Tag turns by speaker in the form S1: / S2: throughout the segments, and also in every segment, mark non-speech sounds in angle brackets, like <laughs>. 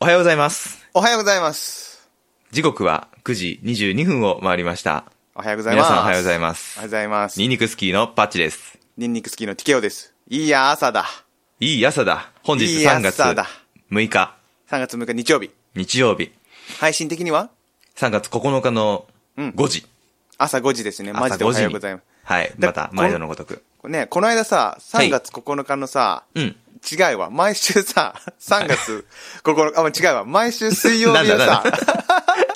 S1: おはようございます。
S2: おはようございます。
S1: 時刻は9時22分を回りました。
S2: おはようございま
S1: 皆
S2: す。
S1: さんおはようござい
S2: す。
S1: ます
S2: おはよう。ございます。
S1: ニンニクスキーのパッチです。
S2: ニンニク好きのティケオです。いいや、朝だ。
S1: いい朝だ。本日
S2: いい
S1: 3月
S2: 朝だ
S1: 6日、
S2: 3月6日日曜日。
S1: 日曜日、
S2: 配信的には
S1: 3月9日の
S2: うん
S1: 5時、
S2: 朝5時ですね。マジで
S1: 朝5
S2: おは
S1: 時
S2: よ
S1: に
S2: うございます。
S1: はい、
S2: だ
S1: また毎度のごとく。
S2: これね、この間さ、
S1: はい
S2: 3月9日のさ、
S1: うん
S2: 違いは、毎週さ、3月9日、あ、違うわ、毎週水曜 <laughs> 日のさ
S1: なんだ、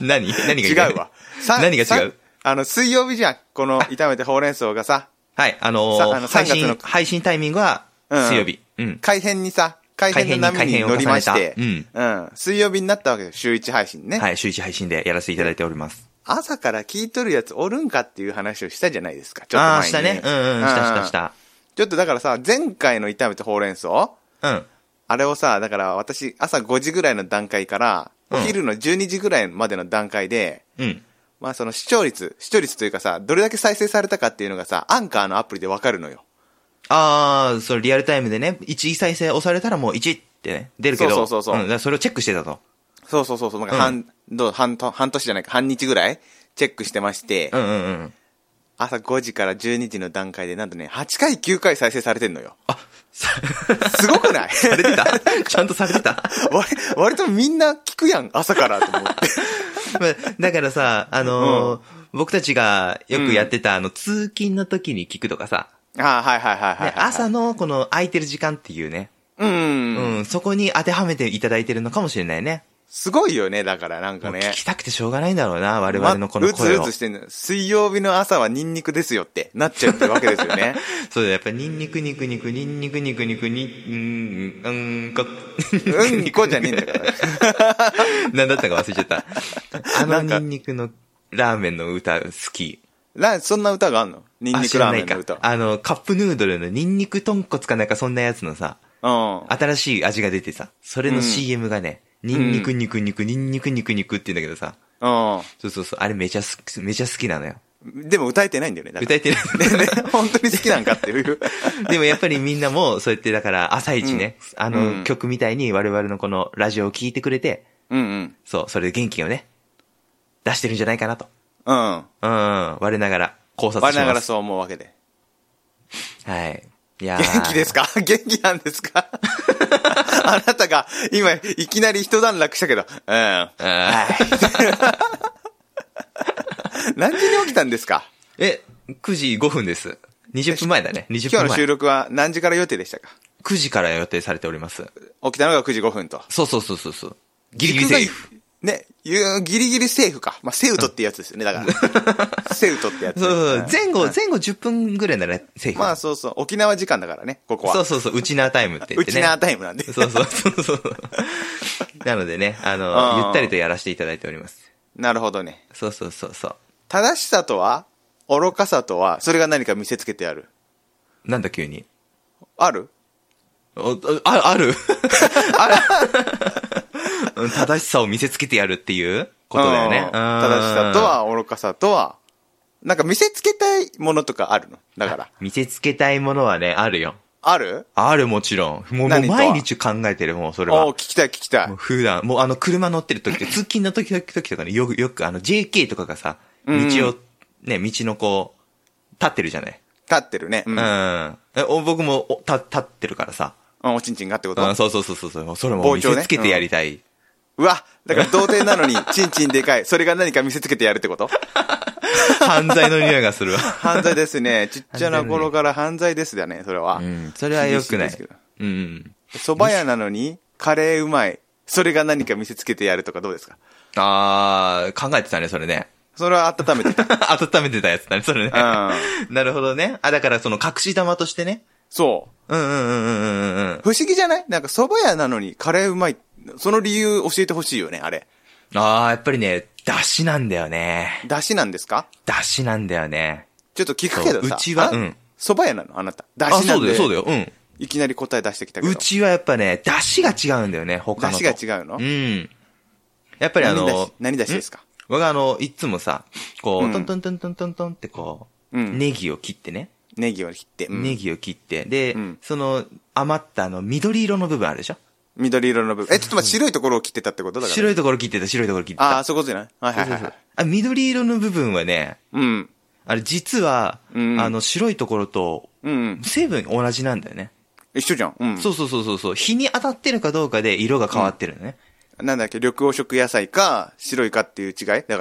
S1: 何何が
S2: 違
S1: いないう
S2: わ。さ
S1: 何が違う
S2: さあの、水曜日じゃん。この炒めてほうれん草がさ、
S1: はい、あの
S2: さ
S1: ー
S2: あの
S1: 配
S2: 3月
S1: 信
S2: の、
S1: 配信タイミングは
S2: うん
S1: 水曜日。うん。
S2: 改編にさ、改編の波
S1: 改編に改
S2: に
S1: 編を
S2: 乗りまして、
S1: 重ね
S2: うん。水曜日になったわけです。週1配信ね。
S1: はい、週1配信でやらせていただいております。
S2: 朝から聞いとるやつおるんかっていう話をしたじゃないですか。ちょっと前に
S1: ああー、したね。うんうん、したしたした。
S2: ちょっとだからさ、前回の炒めてほうれん草
S1: うん。
S2: あれをさ、だから私、朝5時ぐらいの段階から、
S1: う
S2: お
S1: ん
S2: 昼の12時ぐらいまでの段階で、
S1: うん。
S2: まあその視聴率、視聴率というかさ、どれだけ再生されたかっていうのがさ、アンカーのアプリでわかるのよ。
S1: ああ、それリアルタイムでね、1位再生押されたらもう1ってね、出るけど、
S2: そうそうそうそうん
S1: だからそれをチェックしてたと。
S2: そうそうそうそう、なんか半、どう半と、半年じゃないか、半日ぐらいチェックしてまして、
S1: うんうんうん。
S2: 朝5時から12時の段階でなんとね、8回9回再生されてんのよ。
S1: あ、さ、 <laughs>
S2: すごくない
S1: されてたちゃんとされてた
S2: <laughs> 割割とみんな聞くやん、朝からと思
S1: <laughs>
S2: って。
S1: まあだからさ、あのー僕たちがよくやってた、あの、通勤の時に聞くとかさ、
S2: ああ、はいはいはいはい、
S1: ね、朝。のこの空いてる時間っていうね、
S2: うん、
S1: う
S2: うん。
S1: ん、そこに当てはめていただいてるのかもしれないね。
S2: すごいよね、だからなんか
S1: もう
S2: ね
S1: 聞。きたくてしょうがないんだろうな、我々のこの声を。
S2: まうつうつしてんの。水曜日の朝はニンニクですよってなっちゃうってわけですよね。
S1: <laughs> そうだ、やっぱりニンニクニクニクニンニクニクニクニン、うん、うん、こ、
S2: うんこじゃねえんだから。 <laughs>
S1: 何だったか忘れちゃった。あ
S2: な
S1: の
S2: んか
S1: ニンニクのラーメンの歌好き。
S2: ラそんな歌があんのニン
S1: あ、
S2: ニク
S1: 知らな
S2: ラーメ
S1: い
S2: ンの
S1: か
S2: 歌。。
S1: あの、カップヌードルのニンニク豚骨かなんかそんなやつのさ、
S2: うん。
S1: 新しい味が出てさ、それ
S2: う
S1: の
S2: ん
S1: CM がね、ニンニクニクニクニンニクニクニクって言うんだけどさ、
S2: う
S1: そうそうそう、あれめちゃ好き、めちゃ好きなのよ。
S2: ん。でも歌えてないんだよね、だか
S1: 歌
S2: ら。
S1: えてる。
S2: <laughs> ねね本当に好きなんかっ
S1: <laughs>
S2: ていう。
S1: でもやっぱりみんなも、そうやってだから朝一ね、あ
S2: う
S1: の
S2: ん
S1: 曲みたいに我々のこのラジオを聴いてくれて、
S2: うんうん。
S1: そう、それで元気をね、出してるんじゃないかなと。
S2: うん。
S1: うん、我ながら考察します。
S2: 我ながらそう思うわけで。
S1: はい。いや
S2: 元気です
S1: か
S2: か <laughs> 元気なんですか <laughs> あなたが今いきなり一段落したけど、うん。はい。何時に起きたんですか
S1: え、9時5分です。20分前だね。20分
S2: 今日の収
S1: 前。
S2: 録は何時から予定でしたか
S1: 9時から予定されております。
S2: 起きたのが9時5分と。
S1: そうそうそうそうそう。ギリギリセーフ。
S2: ね、ゆギリギリセーフか。まあ、セウトってやつですよね、だから。 <laughs> セウトってやつ。
S1: そうそうそう。前
S2: ん
S1: 後、前後10分ぐらいならセーフ。
S2: まあ、そうそう。沖縄時間だからね、ここは。
S1: そうそうそう。ウチナータイムって言
S2: う
S1: って
S2: ち
S1: ね。
S2: なタイムなんで。
S1: そうそうそうそう。なのでね、あ
S2: うん
S1: の、ゆったりとやらせていただいております。
S2: なるほどね。
S1: そうそうそうそう。
S2: 正しさとは愚かさとはそれが何か見せつけてある。
S1: なんだ急に。
S2: ある
S1: おおあ、あるある <laughs> うん正しさを見せつけてやるっていうことだよね。
S2: うん
S1: うん
S2: 正しさとは愚かさとは、なんか見せつけたいものとかあるのだから。
S1: 見せつけたいものはね、あるよ。
S2: ある
S1: ある、もちろん。もう、もう
S2: 何とは
S1: 毎日考えてる、もう、それは。
S2: おー
S1: も
S2: 聞きたい聞きた
S1: う
S2: い。
S1: 普段、もう、あの、車乗ってる時
S2: <laughs>
S1: って、通勤の時々時とかね、よく、よく、あの、JK とかがさ、道
S2: うん
S1: を、ね、道のこう、立ってるじゃない。
S2: 立ってるね。う。
S1: うんん。えお僕もお、立、立ってるからさ。
S2: うんおちんちんがってこ
S1: う
S2: と
S1: ん、そうそうそうそうそう。それも見
S2: 傍聴
S1: せ
S2: ね
S1: つけてやりたい。
S2: うわ、だから童貞なのに、ちんちんでかい。それが何か見せつけてやるってこと
S1: 犯罪の匂いがするわ。 <laughs>
S2: 犯罪ですね。 <laughs> ちっちゃな頃から犯罪ですだね、それは
S1: う。ん。それは良くな
S2: 厳しです
S1: い
S2: けど。 <laughs>
S1: うん。
S2: 蕎麦屋なのに、カレーうまい。それが何か見せつけてやるとかどうですか
S1: あー、考えてたね、それね。 <laughs>
S2: それは温めてた。 <laughs>
S1: 温めてたやつだね、それね。<laughs>
S2: う
S1: なるほどね。あ、だからその隠し玉としてね。
S2: そう。
S1: うんうんうんうんうんうんうん。
S2: 不思議じゃないなんか蕎麦屋なのにカレーうまい。その理由教えてほしいよね、あれ。
S1: あー、やっぱりね、出汁なんだよね。
S2: 出汁なんですか
S1: 出汁なんだよね。
S2: ちょっと聞くけど
S1: そう
S2: さ。
S1: うちは
S2: あ
S1: うん
S2: 蕎麦屋なのあなた。出
S1: あ、
S2: 汁な
S1: そ
S2: ん
S1: うだ
S2: で。
S1: よ、そうだよ。うん。
S2: いきなり答え出してきたけど。
S1: うちはやっぱね、出汁が違うんだよね、他のと。
S2: 出汁が違うの
S1: うん。やっぱりあ
S2: 何出
S1: の
S2: 汁、何出汁ですか
S1: 僕はあの、いつもさ、こ
S2: う
S1: う、
S2: ん
S1: トントントントントントンってこう、
S2: うん
S1: ネギを切ってね。
S2: ネギを切って。うん
S1: ネギを切って。で、
S2: うん
S1: その、余ったあの、緑色の部分あるでしょ
S2: 緑色の部分。え、ちょっと待って、白いところを切ってたってことだから。
S1: 白
S2: い。
S1: いところ切ってた、白いところ切って
S2: あ
S1: た。
S2: あ、そういうことじゃないはいはいはいはい。
S1: あ、緑色の部分はね、
S2: うん。
S1: あれ実は、
S2: ん
S1: あの、白いところと、
S2: うんうん。
S1: 成分同じなんだよね。
S2: 一緒じゃん。うん。
S1: そうそうそうそうそう。日に当たってるかどうかで色が変わってるのね。
S2: なんだっけ、緑黄色野菜か、白いかっていう違いだか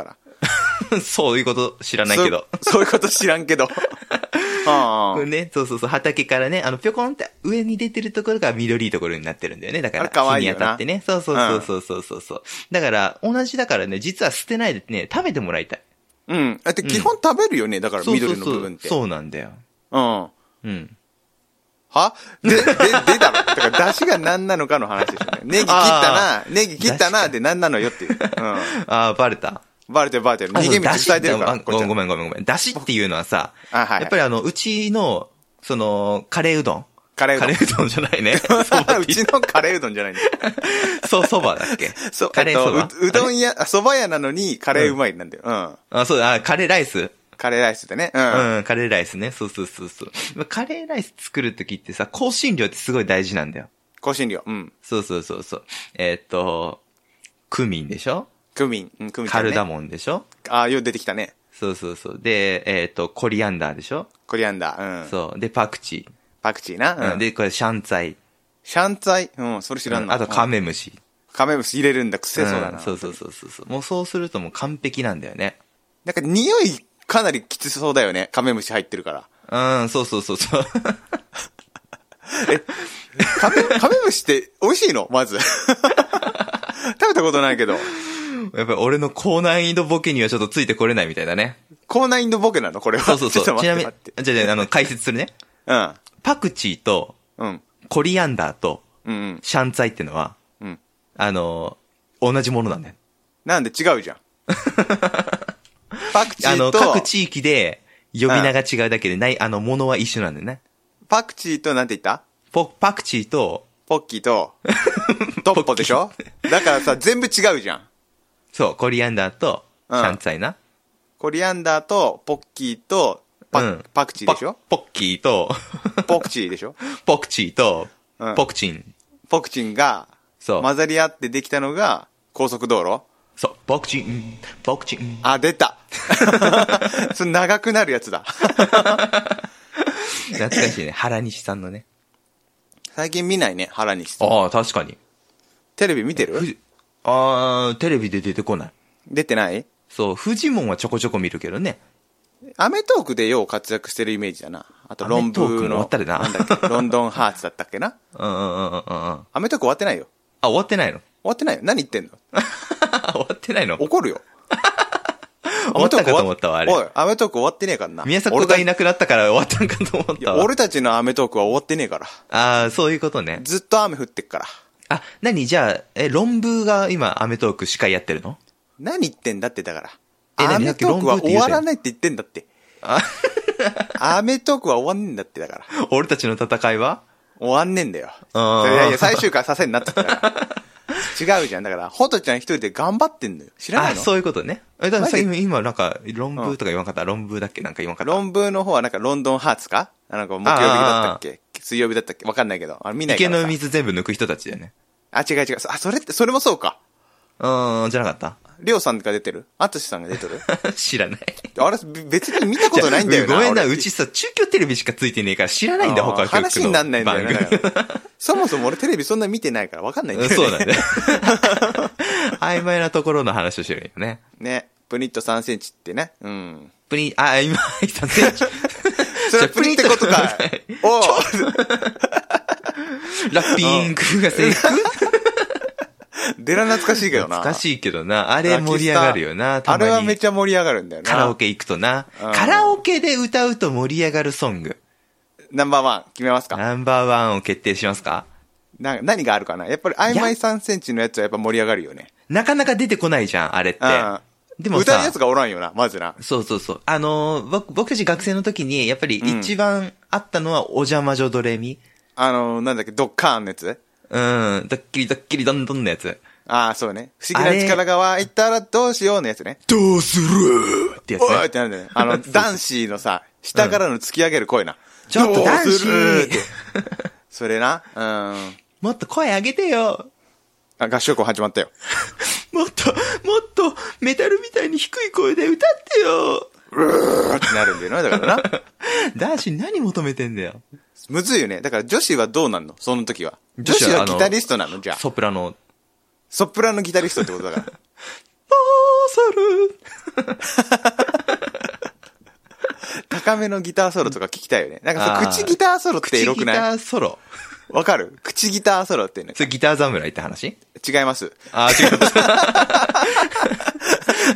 S1: <laughs>
S2: ら。
S1: そういうこと知らないけど。
S2: そ。そういうこと知らん
S1: <laughs>
S2: けど。ああ。
S1: ね、そうそうそう、畑からね、あの、ぴょこんって上に出てるところが緑いところになってるんだよね。だか
S2: あ
S1: ら、
S2: れ可愛い
S1: 日
S2: よ
S1: に
S2: な
S1: 当たってね。そうそうそうそうそうそう。うだから、同じだからね、実は捨てないでね、食べてもらいたい。
S2: うん。だって基本食べるよね、だから
S1: そうそう
S2: 緑
S1: そう
S2: の部分って。う
S1: そうなんだよ。
S2: ん。
S1: うん。
S2: はで、で、でだろ。だから、出汁が何なのかの話です
S1: <laughs>
S2: よね。ネギ切ったな、ネギ切ったな、で何なのよっていう。うん。
S1: あー、バレた。
S2: バレてるバレてる。
S1: あ
S2: 逃げ道
S1: そう
S2: 伝えてるか
S1: 出
S2: ら。
S1: 汁ってあごめんご
S2: ん。
S1: めんごめんごめん。だしっていうのはさ、
S2: あはい
S1: やっぱりあの、うちの、その、カレーうどん。
S2: カレーうどん
S1: どんじゃない
S2: <laughs>
S1: ね。そばって
S2: うちのカレーうどんじゃないんだよ。
S1: そう、そばだっけ
S2: <laughs> そう、
S1: カレーそば
S2: えっとううどん屋、あそば屋なのにカレーうまいなんだよ。うん。
S1: あ、そうだ、あカレーライス
S2: カレーライスでね。うん。
S1: うん、カレーライスね。そうそうそうそう。まあカレーライス作るときってさ、香辛料ってすごい大事なんだよ。
S2: 香辛料。うん。
S1: そうそうそうそう。えーっと、クミンでしょ
S2: クミン。うん、クミンちゃ
S1: カ
S2: んね。
S1: ルダモンでしょ
S2: ああ、よう出てきたね。
S1: そうそうそう。で、えーっと、コリアンダーでしょ
S2: コリアンダー。うん。
S1: そう。で、パクチ
S2: パクチー
S1: ー。
S2: な。
S1: う
S2: う。
S1: んん。
S2: で、
S1: で、これ、シャンツァイ。
S2: シャンツァイ。うん、それ知らん
S1: うん
S2: な。
S1: あと、カメムシ。
S2: カメムシ入れるんだ。癖そうだ
S1: ん
S2: な。
S1: そうそうそうそうそう。もうそうするともう完璧なんだよね。
S2: なんか匂いかなりきつそうだよね。カメムシ入ってるから。
S1: うん、そうそうそうそう。 <laughs>
S2: カメ、カメムシって美味しいのまず。 <laughs> 食べたことないけど。
S1: やっぱり俺の高難易度ボケにはちょっとついてこれないみたいだね。
S2: 高難易度ボケなのこれは。
S1: そうそうそ
S2: ちょっ
S1: う。
S2: と
S1: ち
S2: 待
S1: なみに
S2: って待って。、
S1: じゃあじゃああの、解説するね。パクチーと
S2: うん。うん。
S1: コリアンダーと
S2: うんうん。
S1: シャンツァイってのは、
S2: うん
S1: あの、同じものなんだよ。
S2: なんで違う
S1: <laughs>
S2: じゃん。パクチ
S1: あ
S2: ー
S1: の、
S2: と、
S1: 各地域で呼び名が違うだけでない、あの、ものは一緒なんだよね。
S2: パクチーとなんて言った
S1: ポ、パクチーと、
S2: ポッキ
S1: <laughs>
S2: ーと、トッポでしょだからさ、全部違うじゃん。
S1: そう、コリアンダーと、シ
S2: うん
S1: ャンツァイな。
S2: コリアンダーと、ポッキーと、パ,、
S1: うん
S2: パクチーでしょ
S1: ポポッキーと、 <laughs>
S2: ポクチーでしょ
S1: ポクチーと
S2: うん、
S1: ポクチン。
S2: ポクチンが、
S1: そう
S2: 混ざり合ってできたのが、高速道路
S1: そう、ポクチン、ポクチン。
S2: あ、
S1: <laughs>
S2: 出たそれ長くなるやつだ。
S1: 懐かしいね。原西さんのね。
S2: 最近見ないね、腹にして。
S1: ああ、確かに。
S2: テレビ見て
S1: ふ
S2: る
S1: じああ、テレビで出てこない。
S2: 出てない
S1: そう、フジモンはちょこちょこ見るけどね。
S2: アメトークでよう活躍してるイメージだな。あと
S1: ア
S2: 論
S1: メトーク
S2: 文
S1: も終わ
S2: の、
S1: ったでな
S2: なんだっけ、ロンドンハーツだったっけな
S1: うんうんうんうんうん。あ、
S2: アメトーク終わってないよ。
S1: 終わってないの <laughs>
S2: 終わってないよ。何言ってんの
S1: 終わってないの
S2: 怒るよ。
S1: <laughs> 終わったんかと思ったわ、あれ
S2: お。い、アメトーク終わってねえからな。
S1: 宮迫がい
S2: 俺たち
S1: なくなったから終わったんかと思っ
S2: い
S1: た
S2: や
S1: わ。
S2: 俺たちのアメトークは終わってねえから。
S1: ああ、そういうことね。
S2: ずっと雨降ってっから。
S1: あ、なにじゃあ、え、論文が今、アメトーク司会やってるの
S2: 何言ってんだってだから。
S1: え何
S2: アメトークは
S1: さっき論文って
S2: 終
S1: 言うじゃん
S2: わらないって言ってんだって。 <laughs> アメトークは終わんねえんだってだから。
S1: 俺たちの戦いは
S2: 終わんねえんだよ。い
S1: あー
S2: やいや、最終回させになってたから。違うじゃん。だから、ホトちゃん一人で頑張ってんのよ。知らない
S1: あ、
S2: の
S1: そういうことね。え、だからさ、
S2: マジ
S1: 今、今なんか、論文とか言わんかった、論文だっけなんか言わんかった。
S2: 論文の方はなんかロンドンハーツかあなんか木曜日だったっけ水曜日だったっけわかんないけど。あれ見ないか
S1: 池
S2: らさ
S1: の水全部抜く人たちだよね。
S2: あ、違う違う。あ、それって、それもそうか。
S1: うーん、じゃなかっ
S2: りょうさんが出てるあとしさんが
S1: <laughs>
S2: 出てる
S1: た <laughs> 知らない。
S2: あれ、べ別に見たことないんだよ
S1: じ
S2: な。
S1: ゃあごめんな、
S2: 俺
S1: うちさ、中京テレビしかついてねえから知らないんだ、
S2: あー
S1: 他の局の
S2: 話になんないんだよ
S1: 番
S2: ね。だからそもそも俺テレビそんな見てないからわかんないんだ
S1: 組
S2: よね。
S1: そうなんだよ。曖昧なところの話をしてるよね。
S2: ね。プニット3センチってね。
S1: <laughs>
S2: うん。
S1: プリン、あ、今、いたね。
S2: それはプニってこと
S1: じゃ
S2: か
S1: あプリン。
S2: おう
S1: ラッピングが成功。
S2: 出ら懐かしいけどな。
S1: 懐か
S2: い。
S1: しいけどな。あれ盛り上がるよな。た
S2: あれ
S1: ま
S2: はめ
S1: に
S2: ちゃ盛り上がるんだよな。
S1: カラオケ行くとな。
S2: うん
S1: カラオケで歌うと盛り上がるソング。
S2: ナンバーワン、決めますか。
S1: ナンバーワンを決定しますか
S2: な何があるかなやっぱり曖昧3センチのやつはやっぱ盛り上がるよね。
S1: なかなか出てこないじゃん、あれって
S2: うん。。
S1: でも
S2: 歌う
S1: さ
S2: や、つがおらんよな、まずな。
S1: そうそうそう。あのー僕、僕たち学生の時に、やっぱり一番あったのは、お邪魔女ドレミ。
S2: あの、なんだっけ、ドッカーンのやつ
S1: うん、ドッキリドッキリどんどんのやつ。
S2: ああ、そうね。不思議な力が湧いたらどうしようのやつね。
S1: どうするってやつ
S2: おいっ
S1: ね。
S2: てなんだよね。 <laughs> あの、男子のさ、下からの突き上げる声な。
S1: ちょっと
S2: どう
S1: 男
S2: するって
S1: 子、
S2: それな。うん。
S1: もっと声上げてよ。
S2: あ、合唱コン始まったよ。
S1: もっと、もっと、メタルみたいに低い声で歌ってよ
S2: うわってなるんだよな、だからな。 <laughs>
S1: 男子に何求めてんだよ。
S2: むずいよね。だから女子はどうなんのその時は。女
S1: 女
S2: 子
S1: 子は
S2: はギタリストなのじゃあ。
S1: ソプラノ、
S2: ソプラノギタリストってことだから。
S1: ポーソル。
S2: 高めのギターソロとか聞きたいよね。なんかさ、
S1: あー
S2: 口ギターソロってエロく
S1: 口ギタ
S2: ない
S1: ーソロ。
S2: わかる口ギターソロってね。
S1: それギター侍って話
S2: 違います。
S1: あー、 <laughs> 違った。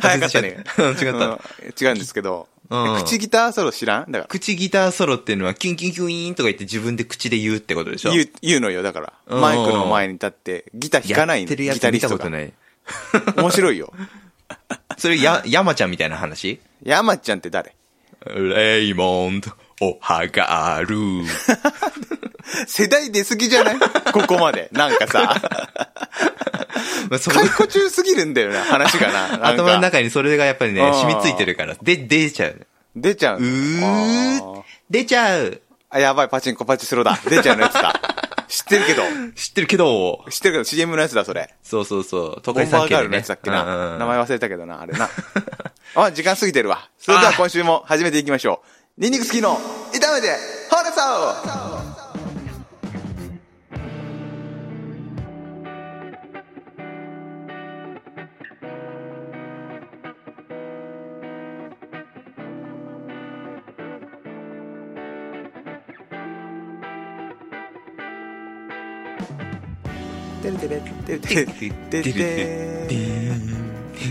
S2: 早かったね。 <laughs>
S1: うん違った
S2: うん。違うんですけど。
S1: うん
S2: 口ギターソロ知らんだか
S1: 口ギターソロっていうのは、キュンキュンキュイーンとか言って自分で口で言うってことでしょ
S2: ら。言う、言うのよ、だから。
S1: うん
S2: マイクの前に立って、ギター弾かない
S1: や
S2: の
S1: ってる
S2: ギ
S1: や
S2: タ
S1: つ
S2: リ
S1: 見
S2: ス
S1: た
S2: ト
S1: ことな
S2: が。
S1: い。
S2: 面白いよ。
S1: それ、や、山ちゃんみたいな話
S2: 山ちゃんって誰
S1: レイモンド、おはが <laughs> ある。
S2: 世代出すぎじ
S1: <laughs>
S2: ゃないここまで。なんかさ、
S1: まあそこ
S2: 解雇中すぎるんだよな、話
S1: <laughs>
S2: がな。なんか
S1: 頭の中にそれがやっぱりね
S2: うん、
S1: 染みついてるから。で、出ちゃう。
S2: 出ちゃう。
S1: うー
S2: あ、
S1: 出ちゃう。
S2: ーあ、やばい、パチンコパチスロだ。出ちゃうのやつだ。知ってるけど、
S1: 知ってるけど、
S2: 知ってるけど CM のやつだ、それ。
S1: そうそうそう、都
S2: ボ
S1: 会
S2: ンバ
S1: 三
S2: ーガ
S1: 県
S2: ール
S1: で
S2: の
S1: ね。
S2: やつだっけ
S1: うんう
S2: な。
S1: ん
S2: 名前忘れたけどな、あれ <laughs> な。あ、時間過ぎてるわ。それでは今週も始めていきましょう。ニンニク好きの、炒めて、ほうれん草てれてれてれてれてれてれ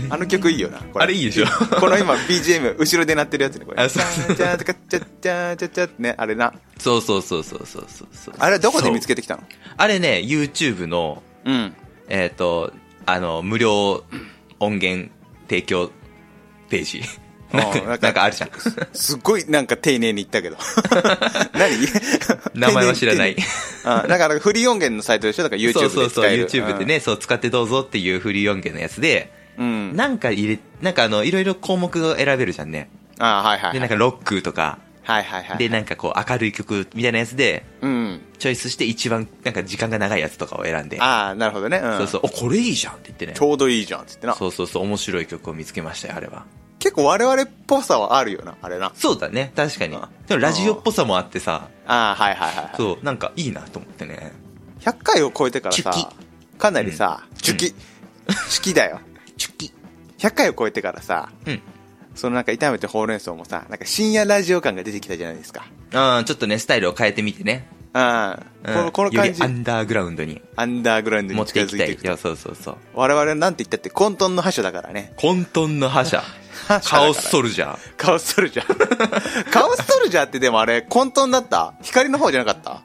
S2: あの曲いいよな。こ
S1: あれいいでしょ <laughs>
S2: この今 BGM 後ろで鳴ってるやつねこれ
S1: あそう
S2: チャチャチャチャチャチャってねあれな
S1: そうそうそうそうそうそうそう。
S2: あれはどこで見つけ
S1: た
S2: てきたの
S1: あれね、YouTube の、
S2: うん
S1: えっと、あの、無料音源提供ページ。
S2: あ
S1: なん
S2: ー
S1: か <laughs> なんかあるじゃん。
S2: すっごいなんか丁寧に言ったけど何
S1: 名前は知らない
S2: 丁寧に丁寧にあだからフリー音源のサイトでしょだから YouTube で使
S1: そ
S2: え
S1: う
S2: る
S1: そうそう、YouTube で
S2: うん
S1: ね、そう使ってどうぞっていうフリー音源のやつで、
S2: うん
S1: なんか入れ、なんかあの、いろいろ項目を選べるじゃんね。
S2: あーはいはい
S1: で、な
S2: は
S1: ん
S2: い
S1: かロックとか、
S2: はいはいはい
S1: で、なんかこう明るい曲みたいなやつで、
S2: うん
S1: チョイスして一番なんか時間が長いやつとかを選んで、
S2: ああなるほどねん
S1: そうそう、お、これいいじゃんって言ってね
S2: ち。ょうどいいじゃんっつってな
S1: そうそうそう、面白い曲を見つけましたよ、あれは。
S2: 結構我々っぽさはあるよなあれな
S1: そうだね、確かに
S2: あ。
S1: でもラジオっぽさもあってさ、
S2: ああはいはいはいはい
S1: そう、なんかいいなと思ってね。
S2: 100回を超えてから
S1: チュ
S2: さかなりさチュキチュキだよ
S1: チュッキ。
S2: 100回を超えてからさ
S1: うん。
S2: そのなんか炒めてほうれん草もさなんか深夜ラジオ感が出てきたじゃないですか
S1: あーちょっとね、スタイルを変えてみてね。
S2: うん、こ
S1: うん
S2: のこの感
S1: よ
S2: じ
S1: りアンダーグラウンドに
S2: アンダーグラウンド
S1: 持
S2: に
S1: って
S2: 近
S1: い
S2: づ
S1: き
S2: い
S1: た
S2: て
S1: い。
S2: い
S1: い
S2: く
S1: や、そうそうそう。
S2: 我々なんて言ったって混沌の覇者だからね
S1: 混沌の覇者。
S2: <laughs> 覇者だか
S1: カ
S2: ら
S1: オスソルジ
S2: <laughs>
S1: ャー。
S2: カオスソルジャ
S1: <laughs>
S2: ーカオスソルジャーってでもあれ混沌だった光の方じゃなかった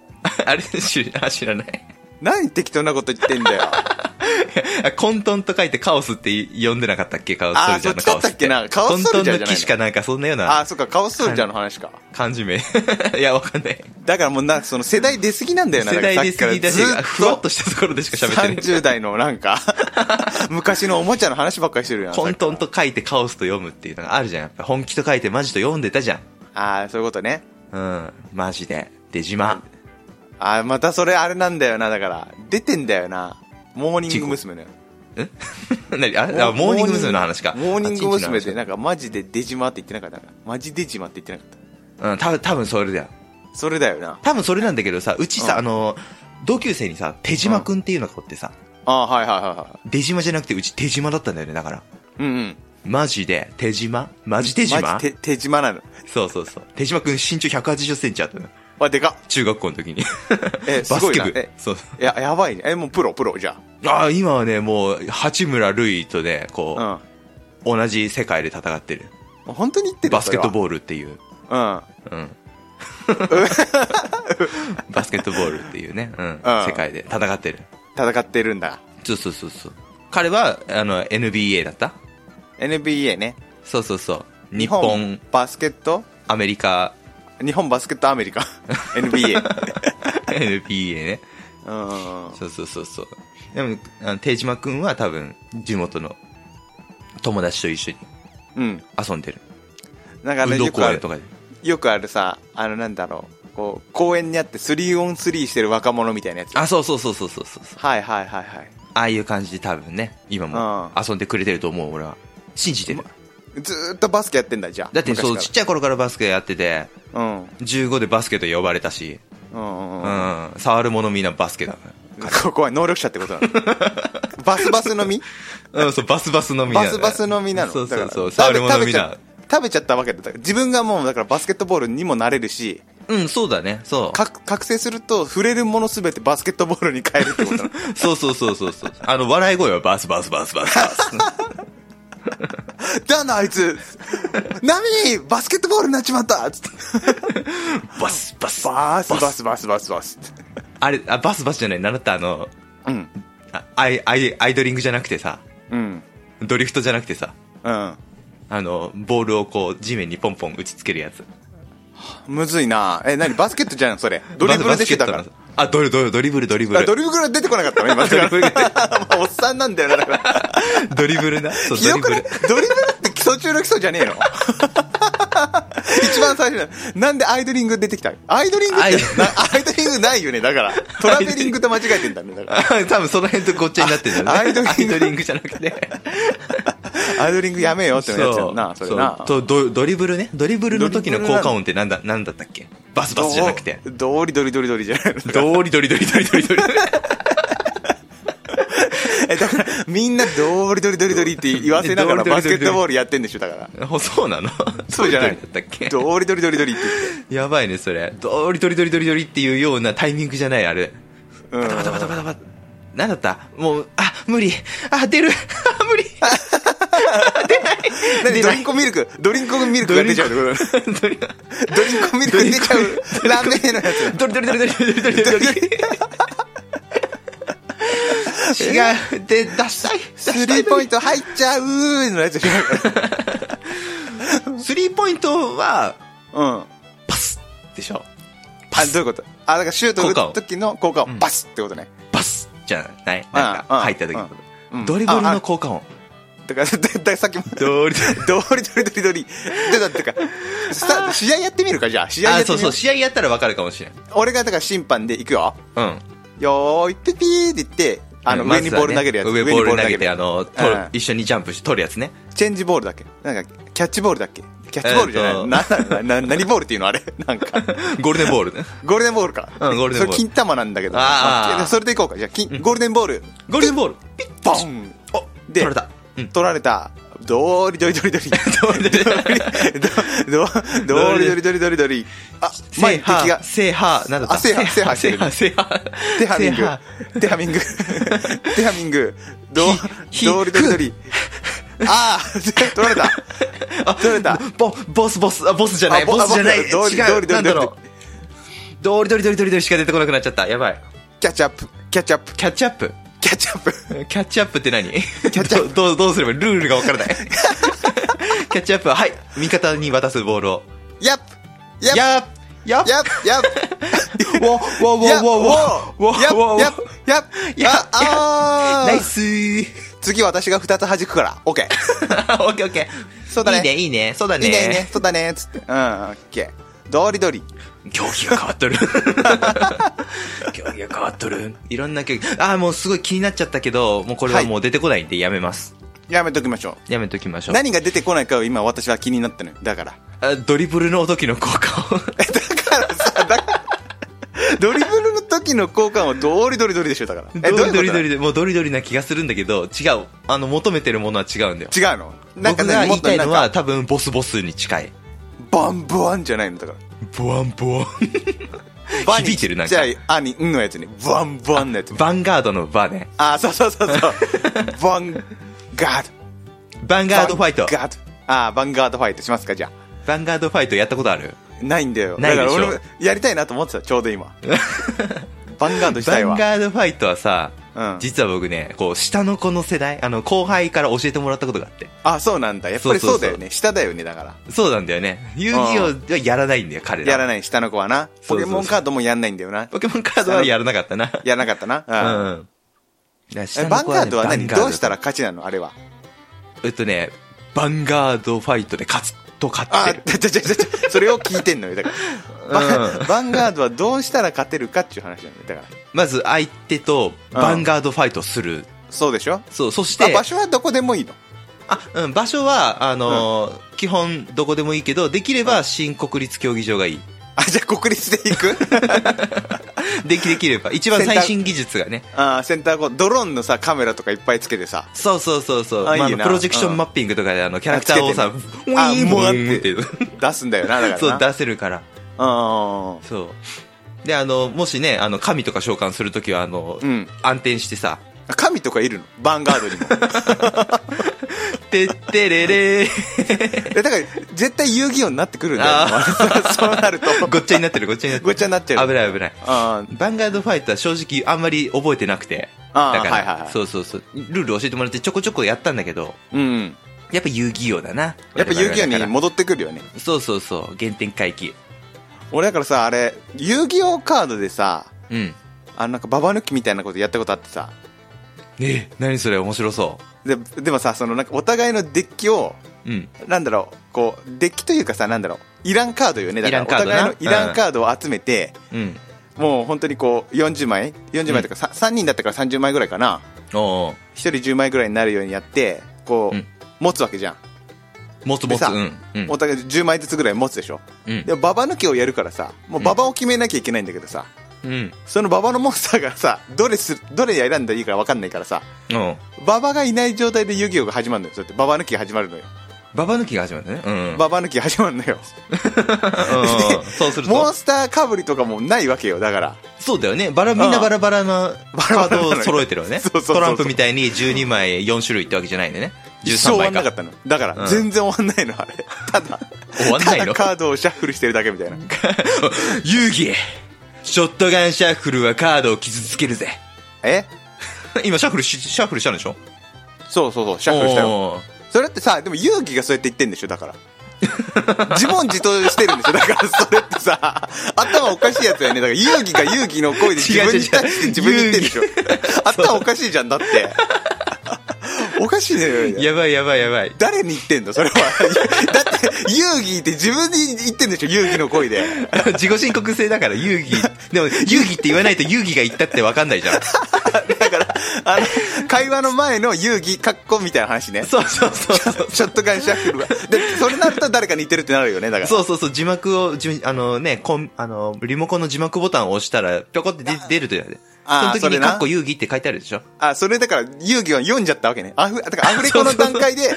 S1: あれ知ら知らない。
S2: 何適当なこと言ってんだよ
S1: あ混沌と書いてカオスって呼んでなかったっけカオスソルジャーの
S2: あーそ
S1: カ
S2: っ
S1: オ
S2: ちだった
S1: ス
S2: っけなカオスソルジャーじゃない
S1: 混
S2: の
S1: 沌の騎士かなんかそんなよう
S2: あ
S1: な
S2: あそっかカオスソルジャーの話か
S1: 漢字名。いや、わかんない。
S2: だからもうなんかその世代出過ぎなんだよ
S1: <laughs>
S2: な
S1: 世代で過ぎだし、
S2: だからさっきからずっと
S1: ふわっとしたところでしか
S2: <laughs>
S1: 喋ってない。
S2: 30代のな
S1: <laughs>
S2: んか昔のおもちゃの話ばっかりしてるやん
S1: 混
S2: さっ
S1: 沌
S2: きか
S1: と書いてカオスと読むっていうのがあるじゃん。やっぱ本気と書いてマジと読んでたじゃん。
S2: らああそういうことね
S1: うん。マジで。出島。
S2: あーまたそれあれなんだよなだから出てんだよなモーニング娘。のよ
S1: <laughs> 何ああ、モーニング娘。の話か。
S2: モーニング娘。で
S1: ね。
S2: なんかマジでデジマって言ってなかったなんかマジデジマって言ってなかっ
S1: うん、多分、多分それだよ。
S2: たそれだよな
S1: 多分それなんだけどさ、うちさ、
S2: うん
S1: あの、同級生にさ、手島くんっていうのがおってさ、
S2: あーはいはいはいは
S1: 出島じゃなくてうち手島だったんだよね、だから。
S2: いうんうん
S1: マジで、手島マジ手島
S2: マジ手手島なの
S1: そうそうそう。手島くん身長180センチあったの。
S2: わでかっ
S1: 中学校の時に。
S2: え
S1: <laughs> バ
S2: す
S1: ス
S2: ごい
S1: ケ
S2: な
S1: 部
S2: え。
S1: そう。
S2: ややばいねえもうプロプロじゃ
S1: ああ、今はね、もう、八村塁とね、こう、
S2: あ
S1: 同じ世界で戦ってる。
S2: うん本当に言ってる
S1: バスケット
S2: ー
S1: ボールっていう。
S2: ルうん
S1: うん。バスケットボールっていうね、
S2: <laughs>
S1: うん。世界で戦ってる。
S2: 戦ってるんだ
S1: そうそうそうそう。彼は、あの、NBA だった
S2: NBA ね
S1: そうそうそう。日本、
S2: バスケット
S1: アメリカ、 <laughs>
S2: 日本バスケットアメリカ NBA
S1: NBA ね。
S2: うんうんうん
S1: そうそうそうそう。でも、あの手島くんは多分、地元の友達と一緒に
S2: うん
S1: 遊んでる。
S2: なんかあ
S1: 運
S2: れ
S1: 動
S2: よ
S1: 公
S2: くあ
S1: 園
S2: る
S1: とかで。
S2: よくあるさあのなんだろうこう公園にあって 3on3 してる若者みたいなやつ
S1: あ、そうそうそうそうそうそう。
S2: はいはいはいはい
S1: ああいう感じで多分ね、今も
S2: う
S1: 遊んでくれてると思う、俺は。信じてる。
S2: ずーっとバスケやってんだ、じゃあ。
S1: だってそう、ち
S2: 昔
S1: っちゃい頃からバスケやってて、
S2: からうん。うん
S1: 15でバスケと呼ばれたし、
S2: うん
S1: う
S2: うん
S1: ん、触るものみんなバスケだ。
S2: ここは能力者っ
S1: <laughs>
S2: てことなのバスバスの実 <laughs>
S1: うん、そう、バスバスのみなの
S2: バスバスの実なの。
S1: そうそうそう、
S2: だか
S1: 触
S2: ら
S1: るものみな
S2: 食べちゃ食べちゃったわけだ。だから自分がもう、だからバスケットボールにもなれるし、
S1: うん、そうだね、そう。
S2: か覚醒すると触れるものすべてバスケットボールに変えるってことなの。
S1: そうそうそうそうそう。あの、笑い声はバスバスバス
S2: <laughs>
S1: バスバス。
S2: だな、あいつ <laughs> ナミバスケットボールになっちまったつって。
S1: バスバス。
S2: バスバスバスバスバス。
S1: あれ、あ、バスバスじゃない、習ったあの、
S2: うん。
S1: あアイ、アイ、アイドリングじゃなくてさ、
S2: うん。
S1: ドリフトじゃなくてさ、
S2: うん。
S1: あの、ボールをこう、地面にポンポン打ちつけるやつ。
S2: むずいなえ、なにバスケットじゃんそれ。ドリブルでしてたから
S1: バス。バスケットのあ、ドリドリドリブル、ドリブ
S2: あ
S1: ル。
S2: ドリブル出てこなかったの今。
S1: ドリブル
S2: <laughs> おっさんなんだよな、だから。
S1: ドリブ
S2: <laughs>
S1: ルな。そう、
S2: ひ
S1: ド
S2: ど
S1: リブ
S2: くない
S1: ル。
S2: ドリブルって基礎中の基礎じ
S1: <laughs>
S2: ゃねえの一番最初のなんでアイドリング出てきたアイドリングって
S1: アイ
S2: なアイドリングないよねだからトラベリングと間違えてんだねだか
S1: あ <laughs> 多分その辺とごっちゃになってるんだよね。
S2: アイドリング
S1: グじゃなくて。
S2: らアイドリングやめよってのやつやんなそれな
S1: そうとドドリブルね。ドリブルの時の効果音ってなんだ、なんだったっけバスバスじゃなくて。
S2: どうりどりどりどりじゃないの
S1: ドリドリドリドリドリドリ。 <laughs>
S2: えだからみんなどうりどりどりどりって言わせなが
S1: <laughs>
S2: ら
S1: どう
S2: バ
S1: り
S2: ス
S1: ど
S2: ケ
S1: りどりどり
S2: ットボールやってんでしょだから
S1: あそうなの
S2: そうじゃな
S1: ド
S2: い
S1: リドリだったっけ
S2: どうりどりどりどりって
S1: やばいね、それ。ドリドリドリドリドリっていうようなタイミングじゃない、あれ。
S2: 言って
S1: バタバタ
S2: うん
S1: バタバタ。なんだったもう、あ、無理。あ、出る。あ、無 <laughs> 理。
S2: 何ドリンクミルクドリンクミルクが出ちゃうってこと
S1: ドリ
S2: ドリンクミルク出ちゃうラーメンのやつ
S1: ドリドリドリドリドリドリドリドリ。違う。で、出したい。
S2: スリーポイント入っちゃうーのやつじゃないか
S1: スリーポイントは、
S2: ら。うん。
S1: パスでしょ。
S2: あ、どういうことあ、だからシュート打
S1: 効果を
S2: つ時の効果を
S1: うん
S2: バスってことね。
S1: パスじゃないなん
S2: うんう
S1: か、
S2: ん
S1: 入った時のこ
S2: うんうん
S1: と。ドリブル
S2: あ
S1: の
S2: あ
S1: 効果音。
S2: だから、だだからさっきも、ど
S1: ドリ
S2: りどりどりどり。だだってか、さ試合やってみるか、じゃあ。試合や
S1: あ、
S2: って
S1: そう
S2: み
S1: そ
S2: る
S1: う、。試合やったらわかるかもしれん。
S2: 俺がだから審判で行くよ。
S1: うん。
S2: よーい、ピピーって言って、あの、
S1: ま
S2: 上
S1: ず
S2: に
S1: はね
S2: ボール投げるやつ。
S1: 上ボール投げて、あ
S2: る。
S1: の、と
S2: うん
S1: 一緒にジャンプして取るや
S2: <laughs>
S1: つね。
S2: チェンジボールだっけなんか、キャッチボールだっけキャッチボールじゃない
S1: えーと
S2: なな、な、な、何ボールっていうのあれ <laughs> なんか。
S1: ゴールデンボールね。
S2: ゴールデンボールか。
S1: うんゴールデンボール
S2: それ金玉なんだけど。
S1: あー
S2: まそれでいこうか。じゃあ、金、 <laughs> ゴールデンボール。
S1: ゴールデンボール。ピッ
S2: ボン
S1: お、
S2: で
S1: 取れた。うん。
S2: 取られた。どーりどりど
S1: <laughs>
S2: りどり。どーりどりどりどりどりどり。あ、前
S1: 制
S2: に敵が
S1: 覇、。制覇、なんだった
S2: あ制覇制覇して
S1: 制
S2: る
S1: 覇、制覇。
S2: テハミン
S1: 制覇
S2: グ。テハ
S1: <laughs>
S2: ミング。テハミング。ど
S1: ひ
S2: ー、どーりどりどり。あー、取られた。
S1: あ
S2: 取れた。
S1: ボ、ボス、ボス、あ、ボスじゃない、
S2: あボ
S1: ボスじゃない。
S2: あボスだ
S1: 違
S2: どうりどり
S1: う、な
S2: ど
S1: ん
S2: り
S1: だろう。どりどりどりどりどりしか出てこなくなっちゃった。やばい。
S2: キャッチアップ。キャッチアップ。
S1: キャッチアップ。
S2: キャッチアップ。
S1: キャッチアップって何キ
S2: ャッチアッ
S1: <laughs>
S2: プ
S1: どう、どうすればルールがわから
S2: <laughs>
S1: ない。キャッチアップは、はい。味方に渡すボールを。
S2: ヤップ。ヤップ。
S1: やっやっ
S2: ヤップ。ヤップ。
S1: わわわ
S2: やっ
S1: わわ
S2: やっ
S1: わわ
S2: やっ
S1: わ
S2: やっ
S1: やっ
S2: ああー
S1: ナイスー
S2: 次私が2つ弾くから。オッケー。
S1: <laughs> オッケーオッケー。
S2: そうだね
S1: いいね、いいね。そうだね。
S2: いいね、いいね、そうだね、つって。うん、オッケー。どりどり。
S1: 競技が変わっと
S2: <laughs>
S1: る。競技が変わっとる。いろんな競技。ああ、もうすごい気になっちゃったけど、もうこれはもう出てこないんでやめます。
S2: やめときましょ
S1: やめときまし
S2: う。
S1: ょう。
S2: 何が出てこないかを今私は気になったのよ。だから。
S1: あドリブルの時の効果を。
S2: え、だからさ、だから、 <laughs> ドリブルの時の交換はどりどりどりでしょ、だから。え、どういうこと
S1: ドリドリで、もうドリドリな気がするんだけど、違う。あの、求めてるものは違うんだよ。
S2: 違うのなんか
S1: 僕が
S2: ね、
S1: 言いたい
S2: なん
S1: の
S2: か、
S1: は多分ボスボスに近い。
S2: バンブワンじゃないの、だから。
S1: ボワンボワン。
S2: バンに
S1: 響いてるなん
S2: ちっ
S1: か
S2: ちゃ。い、あに、んのやつに、バンブワンのやつに。
S1: バンガードのバね。
S2: あ、そうそうそ
S1: <laughs>
S2: うそう。バン、ガード。
S1: バンガードファイト。
S2: ガード。あー、バンガードファイトしますか、じゃあ。
S1: バンガードファイトやったことある
S2: ないんだよ。
S1: ないでしょ
S2: だから俺もやりたいなと思ってた、ちょうど今。
S1: <laughs>
S2: バンガードした
S1: バ
S2: いわ
S1: ン。ガードファイトはさ、
S2: うん
S1: 実は僕ね、こう、下の子の世代、あの、後輩から教えてもらったことがあって。
S2: あ、そうなんだ。やっぱり
S1: そう
S2: そ
S1: そうう
S2: だ
S1: そう
S2: よね。下だよね、だから。
S1: そうなんだよね。遊戯王はやらないんだよ、彼ら。
S2: やら
S1: い。
S2: ない、下の子はな。ポ
S1: そうそうそう
S2: ケモンカードもやんないんだよな。
S1: ポケモンカードはやらなかったな。
S2: やらなかったな。うん
S1: うん。だ
S2: え
S1: から
S2: バンガードは何どうした
S1: ら
S2: ら勝ちなのあれは。
S1: えっとね、バンガードファイトで勝つと勝っ
S2: あ、
S1: てる。
S2: ちゃちゃちゃちゃ、それを聞いてんのよ。だから。バンバンガードはどうしたら勝てるかっていう話なんだよ。だから。
S1: まず相手とバンガードファイトする。
S2: そうでしょ
S1: そう、そし
S2: あ
S1: て、
S2: 場所はどこでもいいの
S1: あ、うん、場所は、あのー基本どこでもいいけど、できれば新国立競技場がいい。
S2: あ、じゃあ国立で行 <laughs> く
S1: でき、できれば。一番
S2: センター
S1: 最新技術がね。
S2: あーセンターコードローンのさ、カメラとかいっぱいつけてさ。
S1: そうそうそうそう。
S2: あ
S1: まあ
S2: いい
S1: の
S2: な
S1: プロジェクションマッピングとかで、あの、キャラクターをさ、ウ
S2: あ
S1: ィ
S2: あ
S1: ーン
S2: もうあって
S1: っていう。
S2: 出すんだよな、だからな。
S1: <laughs> そう、出せるから。
S2: あ
S1: そう。で、あの、もしね、あの、神とか召喚するときは、あの、
S2: ーうん。
S1: 暗転してさ、
S2: 神とかいるのバンガードにも。 <laughs>
S1: てってれれ
S2: <laughs>
S1: ー
S2: え、だから、絶対遊戯王になってくるんだよ。そうなると。
S1: ごっちゃになってる、ごっちゃになって
S2: ごっ
S1: る。
S2: ちゃになっちゃう。
S1: 危ない危ない。
S2: あー
S1: バンガードファイトは正直あんまり覚えてなくて。
S2: あー
S1: だから、
S2: はいはいはい
S1: そうそうそう。ルール教えてもらってちょこちょこやったんだけど、
S2: うん。
S1: やっぱ遊戯王だな。
S2: やっぱ遊戯王に
S1: も
S2: 戻ってくるよね。
S1: そうそうそう。原点回帰。
S2: 俺だからさ、あれ、遊戯王カードでさ、
S1: うん。
S2: あのなんかババ抜きみたいなことやったことあってさ。
S1: ねえ、何それ面白そ
S2: で、でもさ、そのなんかお互いのデッキを、
S1: う。うん。
S2: なんだろう、こう、デッキというかさ、なんだろう、イランカードよね。だから、
S1: イラン
S2: お
S1: カードな
S2: 互いのイランカードを集めて、
S1: うん。
S2: もう本当にこう、40枚 ?40 枚とか、さ3人だったから30枚ぐらいかな。
S1: おうおう
S2: 1人10枚ぐらいになるようにやって、こう、
S1: うん
S2: 持つわけじゃん。
S1: 持つ持
S2: で
S1: つ。
S2: さ
S1: うん。うん
S2: お。互い10枚ずつぐらい持つでしょ。
S1: うん
S2: でも、ババ抜きをやるからさ、もうババを決めなきゃいけないんだけどさ、
S1: うん。
S2: そのババのモンスターがさ、どれす、どれ選んだらいいか分かんないからさ、
S1: おう
S2: ババがいない状態で遊戯王が始まるのよ。そうやって、ババ抜きが始まるのよ。
S1: ババ抜きが始まるね。うん。
S2: ババ抜きが始まるのよ。
S1: うん <laughs> そうする
S2: モ
S1: と
S2: ン。スターかぶりとかもないわけよ、だから。
S1: そうだよね。バラ、みんなバラバラなカ
S2: バ
S1: ー
S2: ラバ
S1: ド
S2: ラなの
S1: を
S2: よ
S1: 揃えてるよね。
S2: そうそうそうそう
S1: トランプみたいに12枚4種類ってわけじゃないんでね。
S2: 一
S1: 13
S2: 生終わ
S1: 枚
S2: んなかっ
S1: か。
S2: たの。だか
S1: うん
S2: ら、全然終わんないの、あれ。ただ、
S1: 終わんない
S2: た
S1: の
S2: だカードをシャッフルしてるだけみたいな。
S1: 遊戯ショットガンシャッフルはカードを傷つけるぜ。
S2: え
S1: <laughs> 今シャッフルし、シャッフルしたんでしょ
S2: そうそうそう、シャッフルしたよ。
S1: おー
S2: それってさ、でも勇気がそうやって言ってんでしょ、だから。 <laughs> 自問自答してるんでしょ、だからそれってさ、 <laughs> 頭おかしいやつだよね。だから勇気が勇気の声で自
S1: 違う違う
S2: 分に対して自分に言ってん
S1: <laughs>
S2: でしょ。頭おかしいじゃん、だって。 <laughs> おかしいね。
S1: やばいやばいや <laughs> ばい。
S2: 誰に言ってんのそれは。 <laughs> だって、勇気って自分に言ってんでしょ、勇気の声で。
S1: 自己申告制だから、遊戯。でも、遊戯って言わないと遊戯が言ったってわかんないじゃん。
S2: だから、あの、会話の前の遊戯、格好みたいな話ね。
S1: <laughs> そうそうそうそう。
S2: ショットガンシャッフルは。で、それなると誰かに似てるってなるよね、だから。
S1: そうそうそう、字幕を、じあのね、コン、あの、リモコンの字幕ボタンを押したら、ぴょこって出出るという。
S2: あー
S1: その時
S2: そ
S1: に、
S2: れな
S1: かっこ遊戯って書いてあるでしょ
S2: あ、それだから、遊戯は読んじゃったわけね。アフ、だからアフレコの段階で、や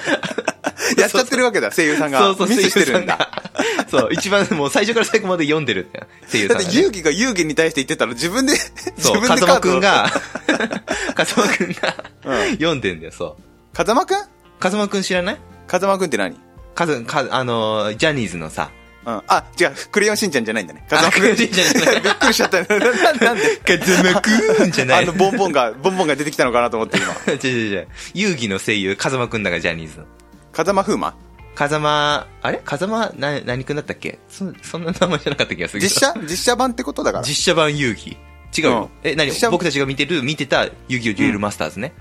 S2: っちゃってるわけだ、声優さん
S1: そ
S2: が
S1: うそ。う、
S2: ミスしてるんだ。
S1: 声優さんが。
S2: <laughs>
S1: そう、一番、もう最初から最後まで読んでるって声優さ
S2: だ
S1: ん
S2: って
S1: が、ね。
S2: 遊戯が遊戯に対して言ってたら自分で、 <laughs> 自
S1: そう、
S2: 分で
S1: 風
S2: カ
S1: 間
S2: ー
S1: く
S2: ド
S1: ん
S2: を。 <laughs>
S1: が、風間くんが、
S2: うん
S1: 読んでんだよ、そう。
S2: 風間くん
S1: 風間くん知らない
S2: 風間くんって何うん。
S1: かず、か、あのー、ジャニーズのさ、
S2: あ、違う、クレヨンしんちゃんじゃないんだね。風間
S1: あ、
S2: くん。
S1: クレヨンしんちゃんじゃない。
S2: びっくりしちゃったよ。ななんで
S1: 風間くんじゃな
S2: あ
S1: い。
S2: の、ボンボンが、ボンボンが出てきたのかなと思って今。
S1: 違う違う違う。遊戯の声優、風間くんだから、ジャニーズの。
S2: 風間風磨
S1: 風間、あれ風間、な、何くんだったっけそ、そんな名前じゃなかった気がするけど。
S2: 実写実写版ってことだから。
S1: 実写版遊戯。違うよ。
S2: うん
S1: え、何
S2: 実写
S1: 僕たちが見てる、見てた遊戯王デュエルマスターズね。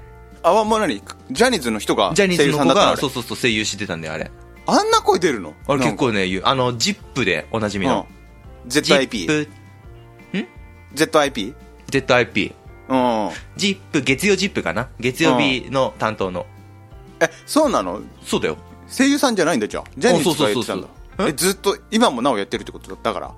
S2: あ、もう何ジャニーズの人が
S1: ジャ
S2: 声
S1: ニーズ
S2: 優
S1: の
S2: さんだ
S1: 子
S2: ったの
S1: が、
S2: あれ
S1: そうそうそう、声優してたんだよ、あれ。
S2: あんな声出るの
S1: あれ
S2: なん
S1: 結
S2: か
S1: 構ね、言うあの、ジップでおなじみの。
S2: うん
S1: ジッ
S2: ZIP。
S1: プ、
S2: ZIP?
S1: ZIP。
S2: うん。
S1: ジップ、月曜ジップかな月曜日の担当の。
S2: え、そうなの
S1: そうだよ。 <laughs>
S2: 声優さんじゃないんだじゃあ。ジャニーズがやってたん
S1: そうそう
S2: だ
S1: そうそ。う
S2: え、ずっと、今もなおやってるってことだから。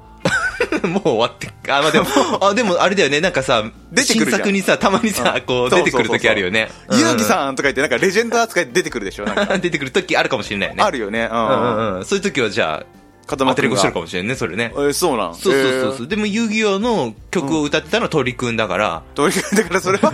S1: もう終わってっか。あ、まあ、でも、あ、でもあれだよね、なんかさ、
S2: 出てく
S1: 新
S2: るじゃん
S1: 作にさ、たまにさ、
S2: うん
S1: こう、
S2: そう
S1: 出
S2: そうそうそう
S1: てくる時あるよね。
S2: ゆうき
S1: ん。
S2: さんとか言って、なんかレジェンド扱いで出てくるでし
S1: <laughs>
S2: ょなんか
S1: 出てくる時あるかもしれないよね。
S2: あるよね。う。
S1: うんうんんうん。そういう時はじゃあ、
S2: 固
S1: 当たり越してるか
S2: も。
S1: もしれんね、それね。
S2: え、そうなん
S1: そうそうそう。
S2: う。
S1: そうでも、遊戯王の曲を歌ってたのは鳥くんだから、
S2: どういうだからそれ
S1: <laughs>
S2: は、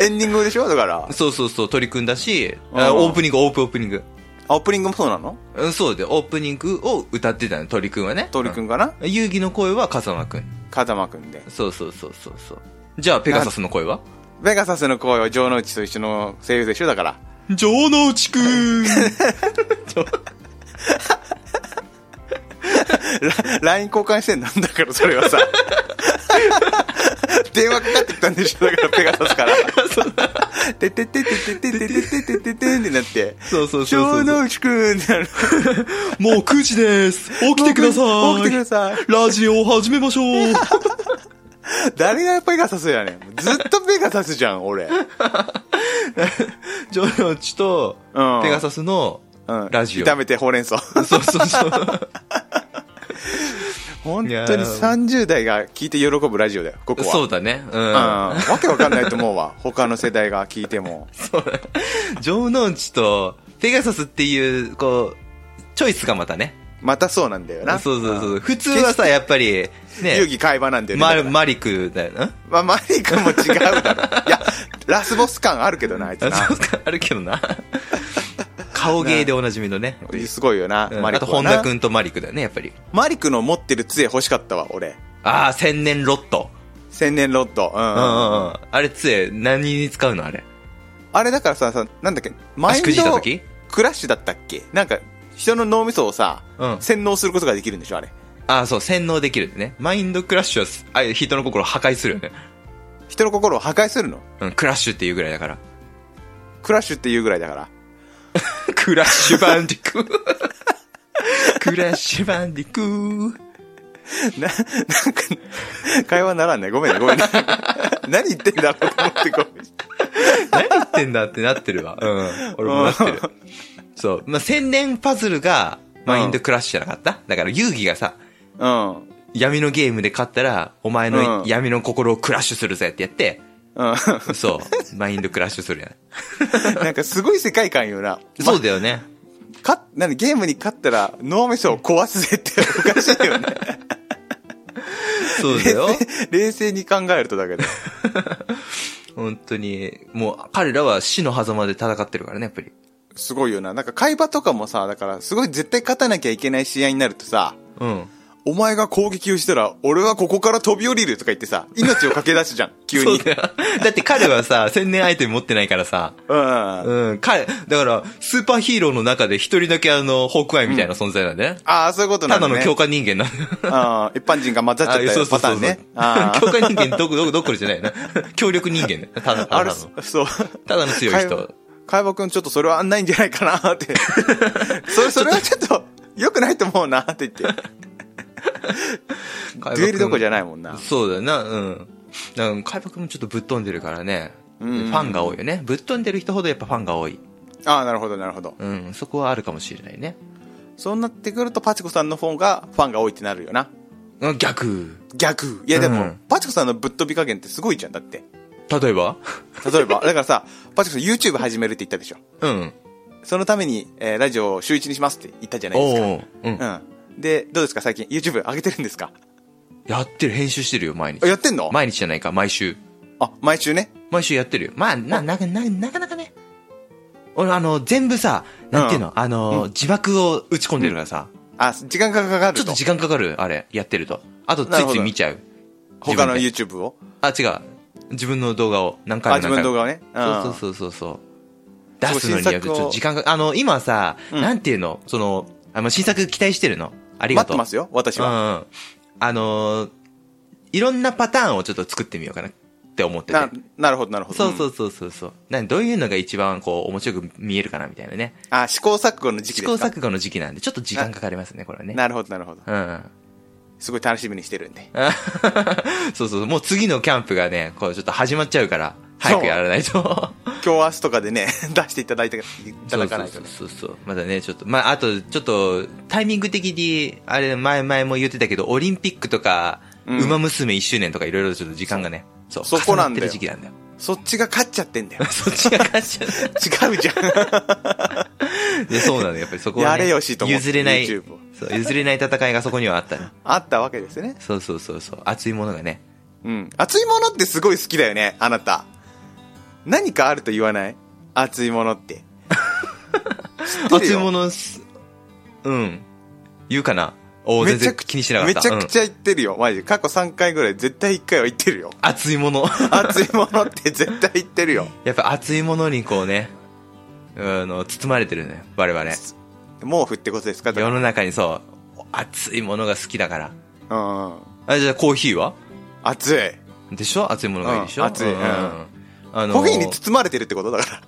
S2: エンディングでしょだから。
S1: そうそうそう、鳥くんだし、
S2: う
S1: あ
S2: ん
S1: オープニング、オープンオープニング。
S2: あオープニングもそうなの
S1: うんそうで、オープニングを歌ってたの、鳥くんはね。
S2: トリくんかな
S1: うん。遊戯の声は風間くん。
S2: 風間くんで。
S1: そうそうそうそうそう。じゃあ、ペガサスの声は
S2: ベガサスの声は城之内と一緒の声優でしょだから。
S1: 城之内くん
S2: ラ LINE 交換してんだんだから、それはさ。電話かかってきたんでしょだから、ペガサスから。ててててててててててててんってなって。
S1: そうそうそうそ
S2: 小
S1: う。
S2: 野内くんってなる。
S1: もう9時です。起きてください。
S2: 起きてください。
S1: ラジオを始めましょう。
S2: 誰がペガサスやねん。ずっとペガサスじゃん、俺。
S1: ジョノチと、
S2: うん
S1: ペガサスの、
S2: うん
S1: ラジオ
S2: 炒めてほうれん草
S1: そうそうそう。
S2: 本
S1: いや
S2: 当に
S1: ー
S2: 30代が聞いて喜ぶラジオだよここは
S1: そうだね。う
S2: うん
S1: ん。
S2: わけわかんないと思うわ他の世代が聞いても
S1: ジョノンチと、ペガサスっていう、こう、チョイスがまたね。
S2: またそうなんだよな
S1: そうそうそう。
S2: ん
S1: 普通はさ、やっぱり、
S2: 遊
S1: ね、
S2: 戯会話なんだよね
S1: マ
S2: だから
S1: マリクだよな。ん
S2: まあマリカも違うだろいやラスボス感あるけどなあいつ
S1: あ
S2: な
S1: <laughs> そうか、あるけどな。顔芸でおなじみのね。
S2: すごいよな、
S1: うん
S2: マリ
S1: あ
S2: ク
S1: と、
S2: は
S1: 本
S2: な
S1: 田くんとマリクだよね、やっぱり。
S2: マリクの持ってる杖欲しかったわ俺
S1: ああ、千年ロット。
S2: 千年ロッドうん、
S1: うんうんうん。あれ、杖、何に使うのあれ。
S2: あれだからささなんだっけマイ
S1: 足
S2: ン
S1: くじいた
S2: ド
S1: 時
S2: クラッシュだったっけなんか人の脳みそをさ、
S1: うん
S2: 洗脳することができるんでしょあれ
S1: ああ、そう、洗脳できるんでね。マインドクラッシュはす、あ人の心を破壊するよね。
S2: 人の心を破壊するの
S1: うん、クラッシュっていうぐらいだから。
S2: クラッシュっていうぐらいだから <laughs>
S1: クラッシュバンディクー。クラッシュバンディクー。
S2: な、なんか、会話ならんね。ごめんね、ごめんね。 <laughs> 何言ってんだろうと思ってごめん。
S1: 何言ってんだってなってるわ。うん。俺もなってる。そう。まあ、千年パズルがマインドクラッシュじゃなかった、だから遊戯がさ、
S2: うん。
S1: 闇のゲームで勝ったら、お前の
S2: うん
S1: 闇の心をクラッシュするぜってやって、
S2: うん。 <laughs>
S1: そう、マインドクラッシュするやん。
S2: なんかすごい世界観よな。
S1: そうだよね。
S2: か、なにゲームに勝ったら脳みそを壊すぜって <laughs> おかしいよね。
S1: そうだよ。
S2: <laughs> 冷静に考えるとだけど。
S1: 本当に、もう彼らは死の狭間で戦ってるからね、やっぱり。
S2: すごいよな。なんか会話とかもさ、だからすごい絶対勝たなきゃいけない試合になるとさ、
S1: うん。
S2: お前が攻撃をしたら、俺はここから飛び降りるとか言ってさ、命を駆け出すじ
S1: <laughs>
S2: ゃん、急に。
S1: そうだよ。だって彼はさ、千年アイテム持ってないからさ。
S2: うん。
S1: うん、彼、だから、スーパーヒーローの中で一人だけあの、ホークアイみたいな存在なんでね。
S2: ああ、そういうことな
S1: た
S2: んだ
S1: だ
S2: ね。
S1: の強化人
S2: <laughs>
S1: 間なんだよ。
S2: うん一般人が混ざっちゃった
S1: あそ
S2: よ
S1: うそ
S2: パ
S1: うそう
S2: ター
S1: そう
S2: ンね。
S1: <laughs>
S2: あー
S1: 強化人間どこどこどころじゃないな。協力人間ね。ただ、
S2: あ
S1: ただ
S2: れ、
S1: の。
S2: そう。
S1: ただの強い人。
S2: かいばくんちょっとそれはないんじゃないかな
S1: <laughs>
S2: って。それ、それはちょっと良くないと思うなって言って。デュエルどころじゃないもんな。
S1: そうだよな、うん。なんか、海馬くんもちょっとぶっ飛んでるからね。
S2: う
S1: フ
S2: ん
S1: ァンが多いよね。ぶっ飛んでる人ほどやっぱファンが多い。
S2: ああ、なるほど、なるほど。
S1: うん、そこはあるかもしれないね。
S2: そうなってくると、パチコさんの方がファンが多いってなるよな。
S1: うん逆。
S2: 逆。いや、でも、
S1: うん
S2: パチコさんのぶっ飛び加減ってすごいじゃん、だって。
S1: 例えば
S2: 例えば、 <laughs> だからさ、パチコさん YouTube 始めるって言ったでしょ。
S1: うん。
S2: そのために、えーラジオを週一にしますって言ったじゃないですか。
S1: おううん。
S2: うん。で、どうですか最近 YouTube 上げてるんですか
S1: やってる、編集してるよ、毎日
S2: あ。やってんの
S1: 毎日じゃないか、毎週。
S2: あ、毎週ね。
S1: 毎週やってるよ。まあ、な、な、な、なかなかね。俺、あの、全部さ、なんていうの、あの、自爆を打ち込んでるからさ、
S2: あ、時間がかかる
S1: ちょっと
S2: と。
S1: 時間かかる、あれ、やってると。あと、つ
S2: なる
S1: い
S2: ほ
S1: つ
S2: ど
S1: い見ちゃう。
S2: 他の
S1: 自
S2: YouTube を。
S1: 分であ、違う。自分の動画を何
S2: あ、
S1: 回も
S2: 自
S1: 何回
S2: 分
S1: も。
S2: の動画をね。うん
S1: そうそうそうそうそう。出すのに
S2: そう
S1: やっぱちょ
S2: 新
S1: っ
S2: 作を
S1: と時間が、あの、今さ、
S2: うん
S1: なんていうの、その、あの新作期待してるの。ありが
S2: 待っ
S1: と
S2: て
S1: う。
S2: ますよ、私は。
S1: うんうん。あのーいろんなパターンをちょっと作ってみようかなって思ってて
S2: な。なるほど、なるほど。
S1: そうそううそうそうそう。なんどういうのが一番こう面白く見えるかなみたいなね。
S2: ん。あ、試行錯誤の時期
S1: 試
S2: で
S1: 行
S2: すか
S1: 錯誤の時期なんで、ちょっと時間かかりますね、これはね。
S2: なるほど、なるほど。
S1: うん。 <laughs>
S2: すごい楽しみにしてるんで。
S1: そうそう、もう次のキャンプがね、こうちょっと始まっちゃうから、早くやらないと。
S2: 今日明日とかでね、 <laughs> 出していただいて、いただかないとね。
S1: そうそうそうそうまだねちょっとまああとちょっとタイミング的にあれ前前も言ってたけどオリンピックとか、
S2: うん
S1: ウマ娘1周年とかいろいろちょっと時間がねそう
S2: そこなんだ
S1: 重って
S2: よ
S1: る時期なんだよ。
S2: そっちが勝っちゃってんだよ
S1: <laughs> そっちが勝っちゃう
S2: 違うじゃ
S1: でそうなのやっぱりそこは、ね、
S2: やれよしと思って
S1: 譲れない
S2: YouTube を
S1: そう譲れない戦いがそこにはあったね
S2: ん。 <laughs> あったわけですね。
S1: そうそうそうそう熱いものがね
S2: うん。熱いものってすごい好きだよね、あなた。何かあると言わない熱いものって。知ってる
S1: 熱い
S2: よ
S1: ものすうん言うかなおお全然気にしなかった
S2: めちゃく
S1: ゃ、
S2: ちゃ言ってるよ、マジで。過去3回ぐらい絶対1回は言ってるよ。
S1: うん熱いもの <laughs>
S2: 熱いものって絶対言ってるよ。
S1: やっぱ熱いものにこうね、あの、包まれてるね、我々。
S2: 毛布ってことですかだ
S1: 世
S2: か
S1: の中にそう、熱いものが好きだから。
S2: らうん。
S1: あ、じゃあコーヒーは
S2: 熱い。
S1: でしょ熱いものがいいでしょ、
S2: うん熱いうん
S1: あの
S2: コーヒーに包まれてるってことだ <laughs> か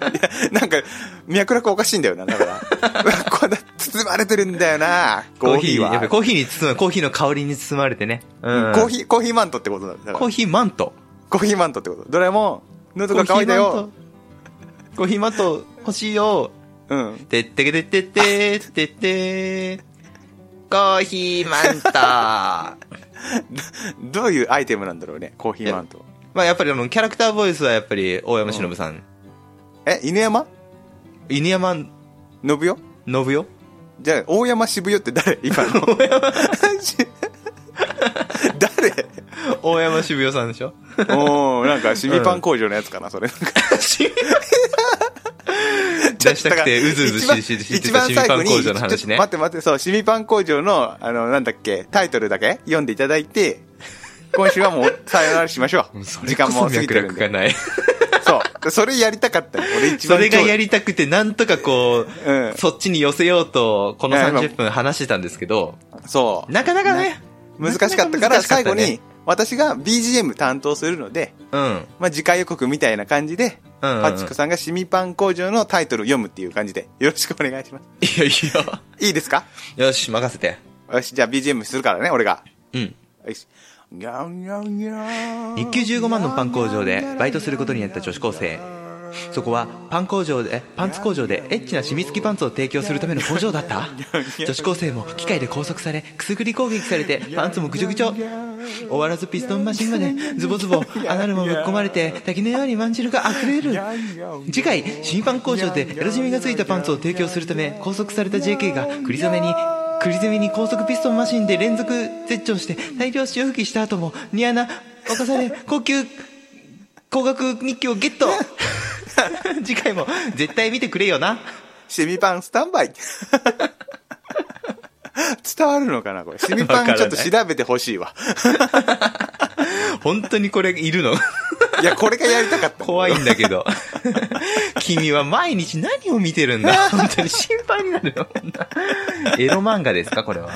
S2: ら。いや、なんか、脈絡おかしいんだよな、だから。 <laughs> こんな包まれてるんだよな、コーヒーは。
S1: やっぱりコーヒーに包まコーヒーの香りに包まれてね。うん
S2: コーヒー、コーヒーマントってことだだから
S1: コーヒーマント。
S2: コーヒーマントってこと。どれも、喉が乾いたよ。
S1: コーヒーマット欲しいよ。
S2: うん。
S1: てってけてってってってってコーヒーマント。ま
S2: どういうアイテムなんだろうね、コーヒーマント。
S1: あやっぱりあの、キャラクターボイスはやっぱり大山忍さん。
S2: え、犬山
S1: 犬山
S2: 信代
S1: 信よ
S2: じゃあ、大山渋代って誰今の。 <laughs> 誰 <laughs>
S1: 大山渋代さんでしょ
S2: おー、なんか、シミパン工場のやつかな、それ。
S1: 出したくてうずうずししして
S2: 一
S1: た
S2: 番
S1: シミ
S2: 最
S1: パ
S2: 後
S1: ン
S2: に、
S1: 工場の話
S2: ちょ
S1: ね
S2: っと待。って待って、そう、シミパン工場の、あの、なんだっけ、タイトルだけ読んでいただいて、今週はもう、さよならしましょ
S1: <laughs>
S2: う。時間も過ぎてるん
S1: 脈絡が
S2: で。
S1: ない。
S2: そう。それやりたかったの俺一
S1: <laughs> そ
S2: 番
S1: れが
S2: 超
S1: やりたくて、なんとかこう、
S2: うん
S1: そっちに寄せようと、この
S2: いや今
S1: 30分話してたんですけど、
S2: そう。
S1: なかなかね、
S2: 難しかったから、
S1: なな
S2: 最後
S1: 難し
S2: に、私が BGM 担当するので、
S1: かったね、
S2: まあ、次回予告みたいな感じで、
S1: うんうんうん
S2: パチコさんがシミパン工場のタイトルを読むっていう感じで、よろしくお願いしま
S1: うん。いやい
S2: す。いいですか
S1: や、よし、任せて。
S2: よし、じゃあ BGM するからね、俺が。
S1: うん。
S2: よし。にゃんにゃんにゃん
S1: 日給15万のパン工場でバイトすることになった女子高生。そこはパン工場で、パンツ工場でエッチな染み付きパンツを提供するための工場だった女子高生も機械で拘束され、くすぐり攻撃されて、パンツもぐちょぐちょ。終わらずピストンマシンまで、ズボズボ、アナルもぶっ込まれて、滝のようにまんじるが溢れる。次回、新パン工場でエロジミがついたパンツを提供するため、拘束された JK が栗染めに、栗攻めに高速ピストンマシンで連続絶頂して大量潮吹きした後もニアな犯され高級高額日記をゲット次回も絶対見てくれよな
S2: シミパンスタンバイ <laughs> 伝わるのかなこれ。シミパ
S1: わか
S2: ン
S1: ら
S2: ち
S1: な
S2: ょっ
S1: い
S2: と調べてほしいわ。
S1: 本当にこれいるの
S2: いや、これがやりたかった。
S1: 怖いんだけ
S2: <laughs>
S1: ど君は毎日何を見てるんだ本当に心配になるよ <laughs> エロ漫画ですかこれは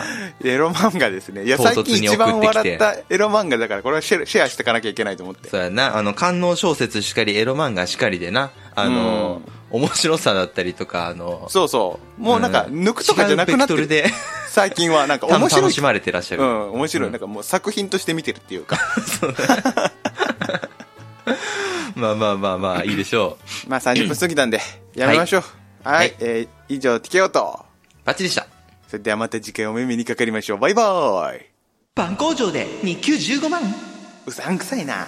S2: エロ漫画ですね。いや、
S1: 唐
S2: 最
S1: 突
S2: 近
S1: に
S2: 一番
S1: 送ってき
S2: 笑
S1: て
S2: ったエロ漫画だから、これはシェアシェアしていかなきゃいけないと思って。
S1: そうやなあの官能小説しかりエロ漫画しかりでなあの、面白さだったりとかあの
S2: そうそう。もうなんか、抜くとかじゃなくなって
S1: 違うベクトル
S2: る。
S1: で
S2: 最近はなんか
S1: 多
S2: 面
S1: 分
S2: 白
S1: 楽
S2: い。
S1: しまれてらっしゃ
S2: う
S1: る、
S2: ん、面白い。なんかもう作品として見てるっていうか。 <laughs>
S1: まあまあまあまあいいでしょう
S2: まあ30分過ぎたんで、やめましょう。はい。
S1: はい
S2: えー以上、ティケオと。
S1: バッチリでした
S2: それではまた次回お目にかかりましょう。バイバーイ。
S1: パン工場で日給15万
S2: うさんくさいな。